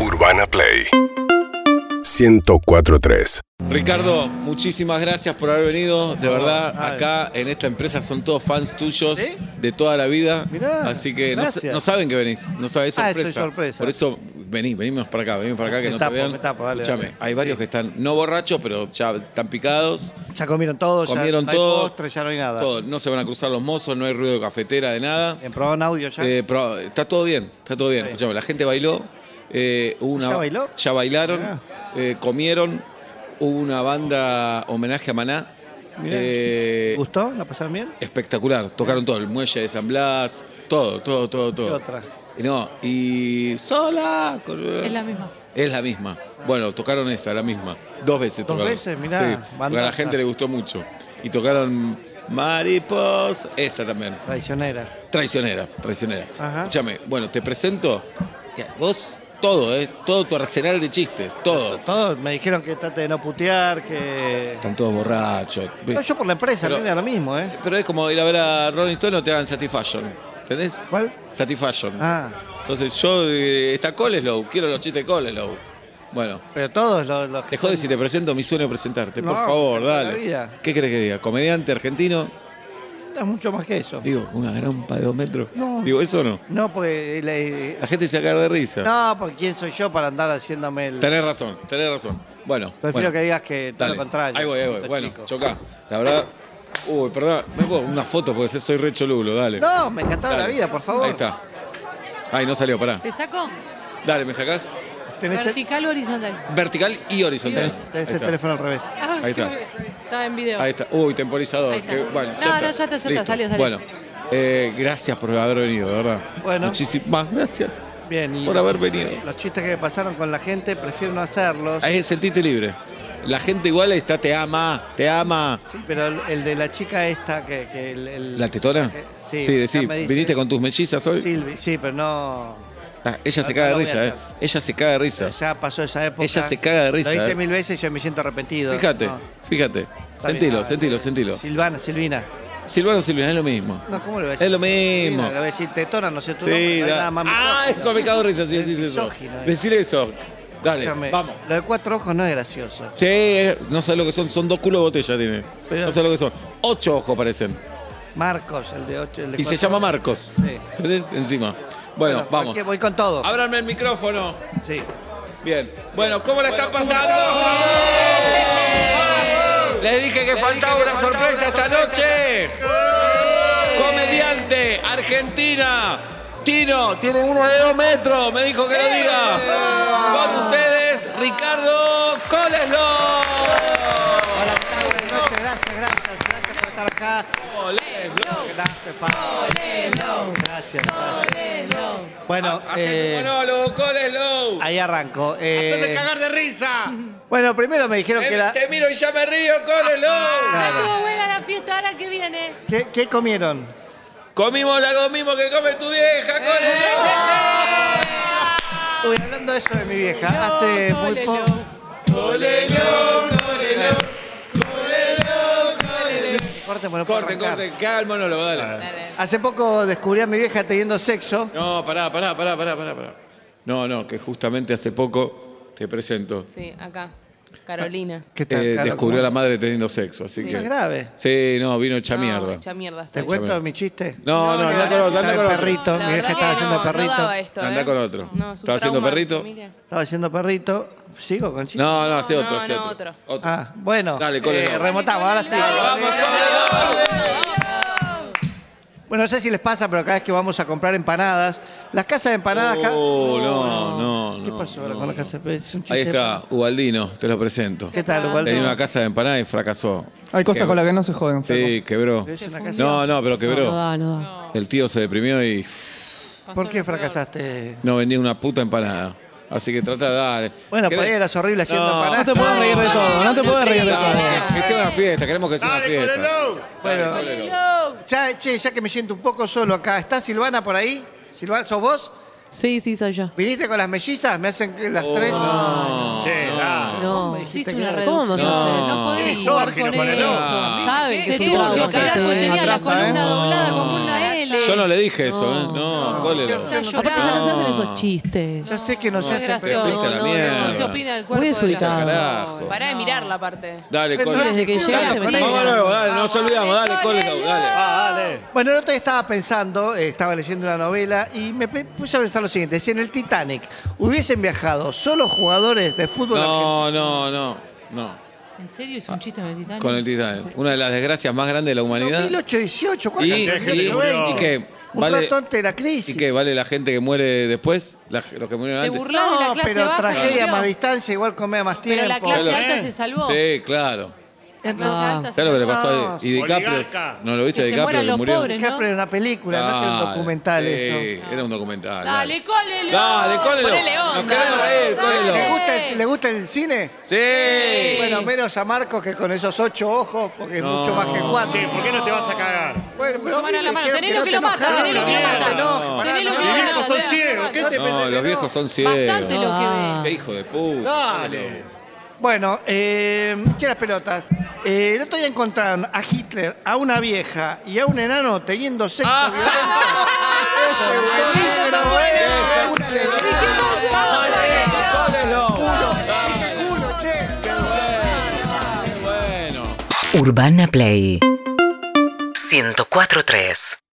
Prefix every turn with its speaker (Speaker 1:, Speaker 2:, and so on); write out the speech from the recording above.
Speaker 1: Urbana Play 1043.
Speaker 2: Ricardo, muchísimas gracias por haber venido. De
Speaker 3: favor.
Speaker 2: verdad,
Speaker 3: Ay.
Speaker 2: acá en esta empresa son todos fans tuyos
Speaker 3: ¿Sí?
Speaker 2: de toda la vida.
Speaker 3: Mirá,
Speaker 2: así que no,
Speaker 3: gracias.
Speaker 2: no saben que venís, no saben, es
Speaker 3: Ah,
Speaker 2: sorpresa.
Speaker 3: soy sorpresa.
Speaker 2: Por eso vení, venimos para acá, venimos para acá que
Speaker 3: Me
Speaker 2: no
Speaker 3: tapo,
Speaker 2: te vean.
Speaker 3: me tapo, dale,
Speaker 2: Escuchame,
Speaker 3: dale.
Speaker 2: hay varios
Speaker 3: Sí.
Speaker 2: que están no borrachos, pero ya están picados.
Speaker 3: Ya comieron todo,
Speaker 2: Comieron
Speaker 3: ya no
Speaker 2: todo.
Speaker 3: hay postre, ya no hay nada.
Speaker 2: Todo, no se van a cruzar los mozos, no hay ruido de cafetera, de nada.
Speaker 3: ¿En probaron audio ya?
Speaker 2: Eh, pero está todo bien, está todo bien.
Speaker 3: Está bien.
Speaker 2: Escuchame, la gente bailó. eh, hubo una-
Speaker 3: ¿Ya bailó?
Speaker 2: Ya bailaron,
Speaker 3: Mirá.
Speaker 2: eh, comieron. Hubo una banda homenaje a Maná.
Speaker 3: Mirá.
Speaker 2: Eh,
Speaker 3: ¿Gustó? ¿La pasaron bien?
Speaker 2: espectacular. Tocaron todo, el muelle de San Blas, todo, todo, todo, todo.
Speaker 3: ¿Qué otra?
Speaker 2: Y no, y sola. con-
Speaker 4: Es la misma.
Speaker 2: Es la misma. Bueno, tocaron esa, la misma. Dos veces
Speaker 3: Dos
Speaker 2: tocaron.
Speaker 3: veces, mirá,
Speaker 2: porque a la
Speaker 3: bandaza.
Speaker 2: gente le gustó mucho. Y tocaron Maripos, esa también.
Speaker 3: Traicionera.
Speaker 2: Traicionera, traicionera.
Speaker 3: Ajá.
Speaker 2: Escúchame, bueno, te presento. Vos, todo, ¿eh? Todo tu arsenal de chistes, todo.
Speaker 3: Todos me dijeron que trate de no putear, que.
Speaker 2: Están todos borrachos.
Speaker 3: No, yo por la empresa,
Speaker 2: Pero-
Speaker 3: a mí me da lo mismo, ¿eh?
Speaker 2: Pero es como ir a ver a Rolling Stone no te hagan Satisfaction. ¿Entendés?
Speaker 3: ¿Cuál?
Speaker 2: Satisfaction.
Speaker 3: Ah,
Speaker 2: Entonces yo, eh, está Coleslow, quiero los chistes de Coleslow. Bueno,
Speaker 3: pero todos los. los que
Speaker 2: te jodes si
Speaker 3: están-
Speaker 2: te presento mi sueño de presentarte, por
Speaker 3: No,
Speaker 2: favor,
Speaker 3: de toda
Speaker 2: dale.
Speaker 3: la vida.
Speaker 2: ¿Qué crees que diga? ¿Comediante argentino?
Speaker 3: Es mucho más que eso.
Speaker 2: Digo, una grampa de dos metros.
Speaker 3: No.
Speaker 2: Digo, ¿eso no?
Speaker 3: No, porque. le-
Speaker 2: La gente se acaba de risa.
Speaker 3: No, porque quién soy yo para andar haciéndome el.
Speaker 2: Tenés razón, tenés razón. Bueno.
Speaker 3: Prefiero
Speaker 2: bueno,
Speaker 3: que digas que todo
Speaker 2: dale.
Speaker 3: lo contrario.
Speaker 2: Ahí voy, ahí voy.
Speaker 3: puto
Speaker 2: Bueno,
Speaker 3: chico.
Speaker 2: chocá. La verdad. Uy, perdón, me pongo una foto porque soy re cholulo, dale.
Speaker 3: No, me encantaba la
Speaker 2: Dale.
Speaker 3: vida, por favor.
Speaker 2: Ahí está. Ay, no salió, pará.
Speaker 4: ¿Te saco?
Speaker 2: Dale, ¿me sacás?
Speaker 3: Tenés el,
Speaker 4: Vertical o horizontal.
Speaker 2: Vertical y horizontal.
Speaker 4: Tenés-
Speaker 3: tenés
Speaker 2: Ahí
Speaker 3: el
Speaker 2: está.
Speaker 3: teléfono al revés.
Speaker 4: Ah,
Speaker 2: Ahí está.
Speaker 4: Estaba en video.
Speaker 2: Ahí está. Uy, temporizador.
Speaker 4: Ahí está.
Speaker 2: que- bueno,
Speaker 4: No, no, ya está, ya está,
Speaker 2: Listo.
Speaker 4: salió, salió.
Speaker 2: Bueno, eh, gracias por haber venido, de verdad.
Speaker 3: Bueno.
Speaker 2: Muchísimas gracias
Speaker 3: Bien, y.
Speaker 2: por haber venido.
Speaker 3: Los chistes que me pasaron con la gente, prefiero no hacerlos.
Speaker 2: Ahí sentiste libre. La gente igual está, te ama, te ama.
Speaker 3: Sí, pero el, el de la chica esta que... que el, el-
Speaker 2: ¿La tetona?
Speaker 3: que- Eh, sí,
Speaker 2: sí,
Speaker 3: ya
Speaker 2: decí,
Speaker 3: me dice-
Speaker 2: ¿viniste con tus mellizas hoy?
Speaker 3: Silvi, sí, pero no...
Speaker 2: Ah, ella se
Speaker 3: No,
Speaker 2: caga de
Speaker 3: no lo voy a
Speaker 2: risa, ¿eh?
Speaker 3: hacer.
Speaker 2: Ella se caga de risa.
Speaker 3: Ya pasó esa época.
Speaker 2: Ella se caga de risa,
Speaker 3: Lo hice
Speaker 2: eh.
Speaker 3: mil veces y yo me siento arrepentido.
Speaker 2: Fíjate,
Speaker 3: No,
Speaker 2: fíjate.
Speaker 3: está bien,
Speaker 2: Sentilo,
Speaker 3: nada,
Speaker 2: sentilo,
Speaker 3: eh,
Speaker 2: sentilo.
Speaker 3: Silvana, Silvina.
Speaker 2: Silvano Silvina, es lo mismo.
Speaker 3: No, ¿cómo le voy a decir?
Speaker 2: Es lo mismo.
Speaker 3: Silvina, Le voy a decir tetona, no sé tu nombre,
Speaker 2: Sí,
Speaker 3: no hay
Speaker 2: da-
Speaker 3: nada más
Speaker 2: Ah,
Speaker 3: misógino.
Speaker 2: eso me cago de risa, sí,
Speaker 3: Es
Speaker 2: sí, sí, eso.
Speaker 3: misógino, eh.
Speaker 2: Decir eso. Dale,
Speaker 3: Escúchame,
Speaker 2: vamos.
Speaker 3: Lo de cuatro ojos no es gracioso.
Speaker 2: Sí, eh, no sé lo que son, son dos culos de botella, dime.
Speaker 3: Pero-
Speaker 2: No sé lo que son. Ocho ojos parecen.
Speaker 3: Marcos, el de ocho... el de
Speaker 2: Y se
Speaker 3: cuatro
Speaker 2: llama
Speaker 3: ojos.
Speaker 2: Marcos.
Speaker 3: Sí.
Speaker 2: Entonces, encima. Bueno, vamos.
Speaker 3: cualquier- Voy con todo.
Speaker 2: Ábranme el micrófono.
Speaker 3: Sí.
Speaker 2: Bien. Bueno, ¿cómo la están pasando? Les dije que faltaba una sorpresa esta noche. Comediante, Argentina. Tino, tiene uno de dos metros, me dijo que lo diga. Con ustedes, Ricardo Coleslo.
Speaker 3: Hola, ¿qué tal? Buenas noches, gracias, gracias, gracias por estar acá. Gracias, Fabio. Gracias, gracias. Bueno,
Speaker 2: Ah, Hacete
Speaker 3: eh,
Speaker 2: un monólogo, Coleslo.
Speaker 3: ahí arranco. Eh,
Speaker 2: Hacete cagar de risa.
Speaker 3: bueno, primero me dijeron que
Speaker 2: Eh,
Speaker 3: la... Ah,
Speaker 2: Te miro y ya me río, Coleslo.
Speaker 4: Ya
Speaker 3: Claro.
Speaker 4: estuvo buena la fiesta ahora que viene.
Speaker 3: ¿Qué, qué comieron?
Speaker 2: Comimos la mismo que come tu vieja, Coleslo.
Speaker 3: Uy, hablando de eso de mi vieja,
Speaker 2: Eh,
Speaker 3: hace
Speaker 4: No,
Speaker 3: muy
Speaker 4: Lelo.
Speaker 3: poco... Corten, bueno, puedo
Speaker 2: Corte,
Speaker 3: arrancar.
Speaker 2: corte, que haga el monólogo, dale.
Speaker 4: Dale.
Speaker 3: Hace poco descubrí a mi vieja teniendo sexo.
Speaker 2: No, pará, pará, pará, pará, pará, pará. No, no, que justamente hace poco te presento.
Speaker 4: Sí, acá. Carolina.
Speaker 3: ¿Qué tal,
Speaker 2: Eh,
Speaker 3: Carlos?
Speaker 2: descubrió a la madre teniendo sexo, así
Speaker 4: Sí.
Speaker 2: que.
Speaker 3: Es grave.
Speaker 2: Sí, no, vino Ah, hecha mierda.
Speaker 4: Mucha mierda. está
Speaker 3: ¿Te
Speaker 4: bien.
Speaker 3: cuento mi chiste?
Speaker 2: No, no,
Speaker 4: No,
Speaker 2: andá
Speaker 4: no,
Speaker 2: con otro,
Speaker 3: Estaba
Speaker 2: andá con
Speaker 3: el
Speaker 2: otro.
Speaker 3: perrito,
Speaker 4: La
Speaker 3: mi vieja
Speaker 4: verdad
Speaker 3: estaba
Speaker 4: que
Speaker 3: haciendo
Speaker 4: no,
Speaker 3: perrito.
Speaker 4: No daba esto,
Speaker 2: Andá
Speaker 4: ¿eh?
Speaker 2: con otro.
Speaker 4: No,
Speaker 2: ¿Estaba haciendo perrito?
Speaker 3: Estaba haciendo perrito. ¿Sigo con chiste?
Speaker 2: No, no, hace
Speaker 4: No,
Speaker 2: otro,
Speaker 4: no,
Speaker 2: hace
Speaker 4: no,
Speaker 2: otro.
Speaker 4: otro.
Speaker 2: Otro.
Speaker 3: Ah, bueno.
Speaker 2: Dale, cole, no.
Speaker 3: Remotamos, ahora sí. Bueno, no sé si les pasa, pero cada vez que vamos a comprar empanadas, las casas de empanadas... ca-
Speaker 2: Oh, no, no, no.
Speaker 3: ¿Qué pasó ahora
Speaker 2: no,
Speaker 3: con las
Speaker 2: no.
Speaker 3: casas de empanadas? Es un chiste.
Speaker 2: Ahí está, Ubaldino, te lo presento.
Speaker 3: ¿Qué tal, Ubaldo?
Speaker 2: Tenía una casa de empanadas y fracasó.
Speaker 5: Hay cosas
Speaker 2: Quebró.
Speaker 5: con las que no se joden, Flaco.
Speaker 2: Sí, quebró.
Speaker 3: Es una casa-
Speaker 2: No, no, pero quebró.
Speaker 4: no da.
Speaker 2: El tío se deprimió y
Speaker 3: ¿Por qué fracasaste?
Speaker 2: no vendía una puta empanada. Así que trata de dar.
Speaker 3: Bueno, por
Speaker 2: ¿Querés-
Speaker 3: ahí eras horrible haciendo
Speaker 2: No.
Speaker 3: empanadas.
Speaker 5: No te puedes reír de todo, no te puedes reír de todo.
Speaker 2: Dale, Que sea una fiesta, queremos que sea una fiesta.
Speaker 3: Bueno.
Speaker 2: Colelo.
Speaker 3: Ya, che, ya que me siento un poco solo acá, ¿está Silvana por ahí? ¿Silvana, sos vos?
Speaker 6: Sí, sí, soy yo.
Speaker 3: ¿Viniste con las mellizas? ¿Me hacen que
Speaker 2: Oh,
Speaker 3: las tres?
Speaker 2: Ah,
Speaker 6: No.
Speaker 4: Sí, es una
Speaker 6: ¿Cómo
Speaker 4: reducción.
Speaker 6: vamos
Speaker 2: No.
Speaker 6: a hacer eso?
Speaker 4: No podés
Speaker 2: Sí,
Speaker 4: jugar con
Speaker 2: no.
Speaker 4: eso.
Speaker 6: ¿Sabes?
Speaker 4: Sí,
Speaker 6: Es
Speaker 4: sí,
Speaker 6: tu
Speaker 4: sí,
Speaker 6: boca,
Speaker 4: que
Speaker 6: sí.
Speaker 4: tenía la
Speaker 5: Atrasa, ¿eh?
Speaker 4: columna
Speaker 5: No.
Speaker 4: doblada como una L.
Speaker 2: Yo no le dije eso, ¿eh? No, Cole lo-
Speaker 4: Está
Speaker 6: Aparte ya no se hacen
Speaker 2: No.
Speaker 6: esos chistes.
Speaker 3: Ya sé que no se
Speaker 4: No es
Speaker 3: hace pero-
Speaker 2: fuiste
Speaker 4: gracioso.
Speaker 2: a la
Speaker 4: No, no, no se
Speaker 2: mierda.
Speaker 4: opina el
Speaker 6: Muy
Speaker 4: cuerpo. de la
Speaker 6: desubicado.
Speaker 4: persona.
Speaker 2: Carajo.
Speaker 4: Pará de mirarla, aparte.
Speaker 2: Dale, Cole.
Speaker 6: Desde que
Speaker 2: Dale,
Speaker 6: llegaste,
Speaker 2: Cole,
Speaker 6: me
Speaker 2: vamos
Speaker 6: tengo-
Speaker 2: luego, dale, no nos olvidamos, dale, Cole,
Speaker 4: Cole,
Speaker 2: dale.
Speaker 6: Ah, dale.
Speaker 3: Bueno, el otro día estaba pensando, eh, estaba leyendo una novela y me pe- puse a pensar lo siguiente. Si en el Titanic hubiesen viajado solo jugadores de fútbol argentino,
Speaker 2: No, no, no, no.
Speaker 4: ¿En serio hizo un chiste con el Titanic?
Speaker 2: Con el Titanic. Una de las desgracias más grandes de la humanidad.
Speaker 3: 2008, 18, ¿cuánto?
Speaker 2: Y,
Speaker 6: Cantidad de gente
Speaker 2: y-
Speaker 6: que murió.
Speaker 2: y que
Speaker 3: Un
Speaker 2: vale,
Speaker 3: ratón ante la crisis.
Speaker 2: y que vale la gente que muere después, la- los que murieron
Speaker 4: Te
Speaker 2: antes.
Speaker 4: burlas de la
Speaker 3: No,
Speaker 4: clase
Speaker 3: pero
Speaker 4: baja,
Speaker 3: tragedia
Speaker 4: murió.
Speaker 3: más distancia, igual comía más tiempo.
Speaker 4: Pero la clase
Speaker 2: Claro.
Speaker 4: alta se salvó.
Speaker 2: Sí, claro.
Speaker 4: La clase
Speaker 6: Ah.
Speaker 4: alta se
Speaker 2: ¿Sabes lo que le
Speaker 4: salvó.
Speaker 2: pasó
Speaker 3: No,
Speaker 2: a y DiCaprio?
Speaker 1: oligarca.
Speaker 2: ¿No lo viste
Speaker 4: Que
Speaker 2: a
Speaker 4: se
Speaker 2: DiCaprio
Speaker 4: mueran
Speaker 2: que
Speaker 4: los
Speaker 2: murió?
Speaker 4: pobres,
Speaker 3: DiCaprio era una película, no que era un
Speaker 2: Dale,
Speaker 3: documental
Speaker 2: sí,
Speaker 3: eso.
Speaker 2: Era un documental.
Speaker 4: Dale, cólelo.
Speaker 2: Dale, cólelo.
Speaker 4: Ponele
Speaker 2: Nos
Speaker 4: onda.
Speaker 2: queremos reír, cólelo.
Speaker 3: ¿Le
Speaker 4: Dale.
Speaker 3: gusta, el, ¿Le gusta el cine?
Speaker 2: Sí.
Speaker 3: Bueno, menos a Marcos que con esos ocho ojos, porque es
Speaker 2: No.
Speaker 3: mucho más que cuatro.
Speaker 1: Che, ¿por qué no te vas a cagar?
Speaker 3: Bueno, pero a mí
Speaker 4: mano
Speaker 3: me
Speaker 4: a la mano.
Speaker 3: dijeron
Speaker 4: Tenelo
Speaker 3: no
Speaker 4: que
Speaker 3: te
Speaker 4: lo mata,
Speaker 3: enojaras,
Speaker 4: tenelo
Speaker 2: que lo
Speaker 3: no
Speaker 2: mata.
Speaker 3: te enojes, pará,
Speaker 4: Tenelo
Speaker 3: no
Speaker 4: que
Speaker 3: te
Speaker 4: lo
Speaker 1: Los
Speaker 4: mata.
Speaker 1: viejos son
Speaker 4: Dale,
Speaker 1: ciegos,
Speaker 4: dale.
Speaker 1: ¿qué te
Speaker 2: No,
Speaker 1: pensás
Speaker 2: los
Speaker 1: que no?
Speaker 2: viejos son
Speaker 4: pues, Bastante
Speaker 2: ciegos.
Speaker 4: lo que
Speaker 6: Ah.
Speaker 2: Qué
Speaker 4: ve.
Speaker 2: hijo de puta.
Speaker 1: Dale.
Speaker 3: Bueno, eh, che, las pelotas. Eh, el otro día encontraron a Hitler, a una vieja y a un enano teniendo sexo
Speaker 2: Ah.
Speaker 3: violento. Ese buenísimo, eh. Un culo, culo, che.
Speaker 2: Bueno.
Speaker 7: Urbana Play 104.3